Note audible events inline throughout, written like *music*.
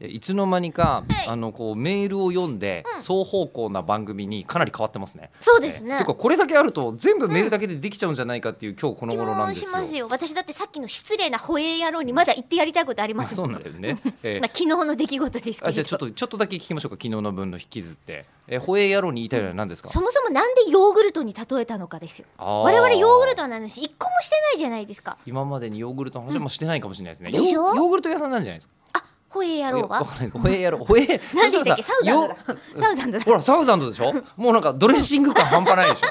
えいつの間にか、はいあのこうメールを読んで、双方向な番組にかなり変わってますね。そうですねえてかこれだけあると全部メールだけでできちゃうんじゃないかっていう、今日この疑頃なんで問すしよ。ますよ私だってさっきの失礼な保衛野郎にまだ言ってやりたいことありままあすそもうんなんだよね。えーまあ、昨日の出来事ですけあどじゃあちょっとちょっとだけ聞きましょうか昨日の分の引きずって、えー、保栄野郎に言いたいのは何ですか、そもそもなんでヨーグルトに例えたのかですよあー我々ヨーグルトの話一個もしてないじゃないですか今までにヨーグルトの話もしてないかもしれないですね、でしょヨーヨーグルト屋さんなんじゃないですかあホエ野郎いやわはかんないです保栄野郎保栄何でしたっけそサしたウザらンさドだサウザンドだよほらサウザンドでしょもうなんかドレッシング感半端ないでしょ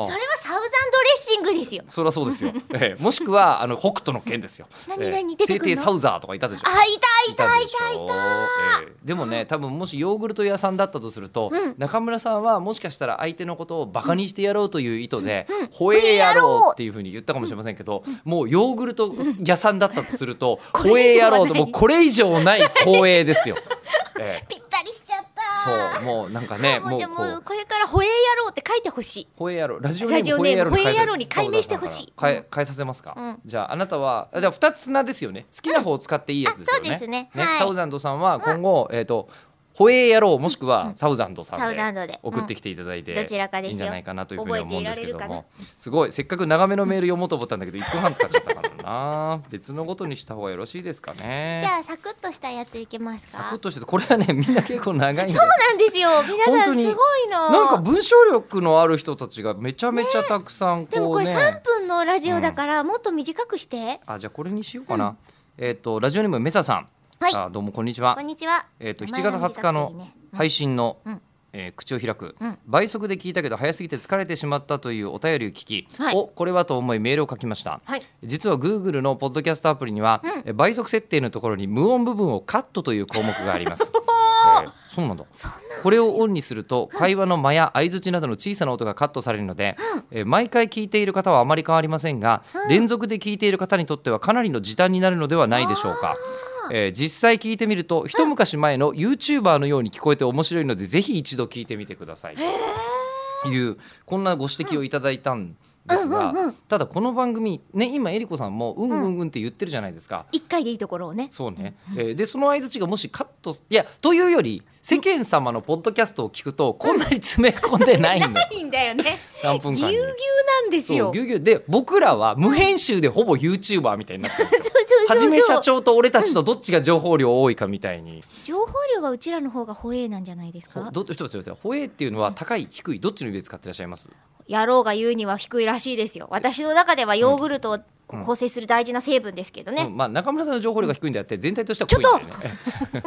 ああ *laughs* それはサウザンドレッシングですよそりゃそうですよ、 *laughs* ええ、もしくはあの北斗の拳ですよ何え何え出てくんの聖帝サウザーとかいたでしょあいたいたいでしょええでもね多分もしヨーグルト屋さんだったとすると、うん中村さんはもしかしたら相手のことをバカにしてやろうという意図でうんう「んほえやろう」っていうふうに言ったかもしれませんけど、もうヨーグルト屋さんだったとすると「これ以上ほえやろう」とはなもいうこれ以上ない光栄ですよ。ええたぴったりしちゃっそたうもうなんかね *laughs* ももううじゃあこもううこれからホエ野郎って書いてほしい「ほえやろう」ラジオネラジーオムネームほえやろうにほえやろうに改名してほしい変え変えさせますか、うんじゃああなたはあじゃあ2つ綱ですよね好きな方を使っていいやつですよね、あそうですねはいサウザンドさんは今後、えっ、とホエー野郎もしくはサウザンドさサウザンんドでで送ってきていただいて、うんどちらかですよいいんじゃないかなというふうに思うんですけど覚えていられもるすごいせっかく長めのメール読もうと思ったんだけど1分半使っちゃったから *laughs* な別のことにした方がよろしいですかねじゃあサクッとしたやついけますサかクッとしててこれはねみんな結構長いんでそうなんですよ皆本さ当んにすごいのなんか文章力のある人たちがめちゃめちゃたくさんこうねでもこれ3分のラジオだからもっと短くしてあじゃあこれにしようかな、えっ、とラジオネームメサさん、はいあどうもこんにちはこんにちはえっ、とお7前月ら短20く日ていいのね配信の、うんえー口を開く、うん倍速で聞いたけど早すぎて疲れてしまったというお便りを聞き、はいおこれはと思いメールを書きました、はい実は Google のポッドキャストアプリには、うんえー倍速設定のところに無音部分をカットという項目があり *laughs* ます、えーそうなんだそんなこれをオンにすると会話の間や相槌などの小さな音がカットされるので、えー毎回聞いている方はあまり変わりませんが、連続で聞いている方にとってはかなりの時短になるのではないでしょうか。えー実際聞いてみると一昔前の YouTuber のように聞こえて面白いのでぜひ一度聞いてみてくださいというこんなご指摘をいただいたんですがただこの番組ね今えりこさんも「うんうんうん」って言ってるじゃないですか。一回でいいところをねそうね、えーでその相槌がもしカットいやというより世間様のポッドキャストを聞くとこんなに詰め込んでないんだよ *laughs* いいんだよね3分ぎゅう間にぎゅう。なんですそうよぎゅうぎゅうで僕らは無編集でほぼ YouTuber みたいになってるんですよそうそうはじそうめそ社う長と俺たちとどっちが情報量多いかみたいに情報量はうちらの方がホエーなんじゃないですほかどちょっと待ってちょっと待ってホエーっていうのは高い低いどっちの指で使ってらっしゃいます野郎が言うには低いらしいですよ私の中ではヨーグルトを構成する大事な成分ですけどね、うんまあ、中村さんの情報量が低いんであって全体としてはちょ濃っいんだよね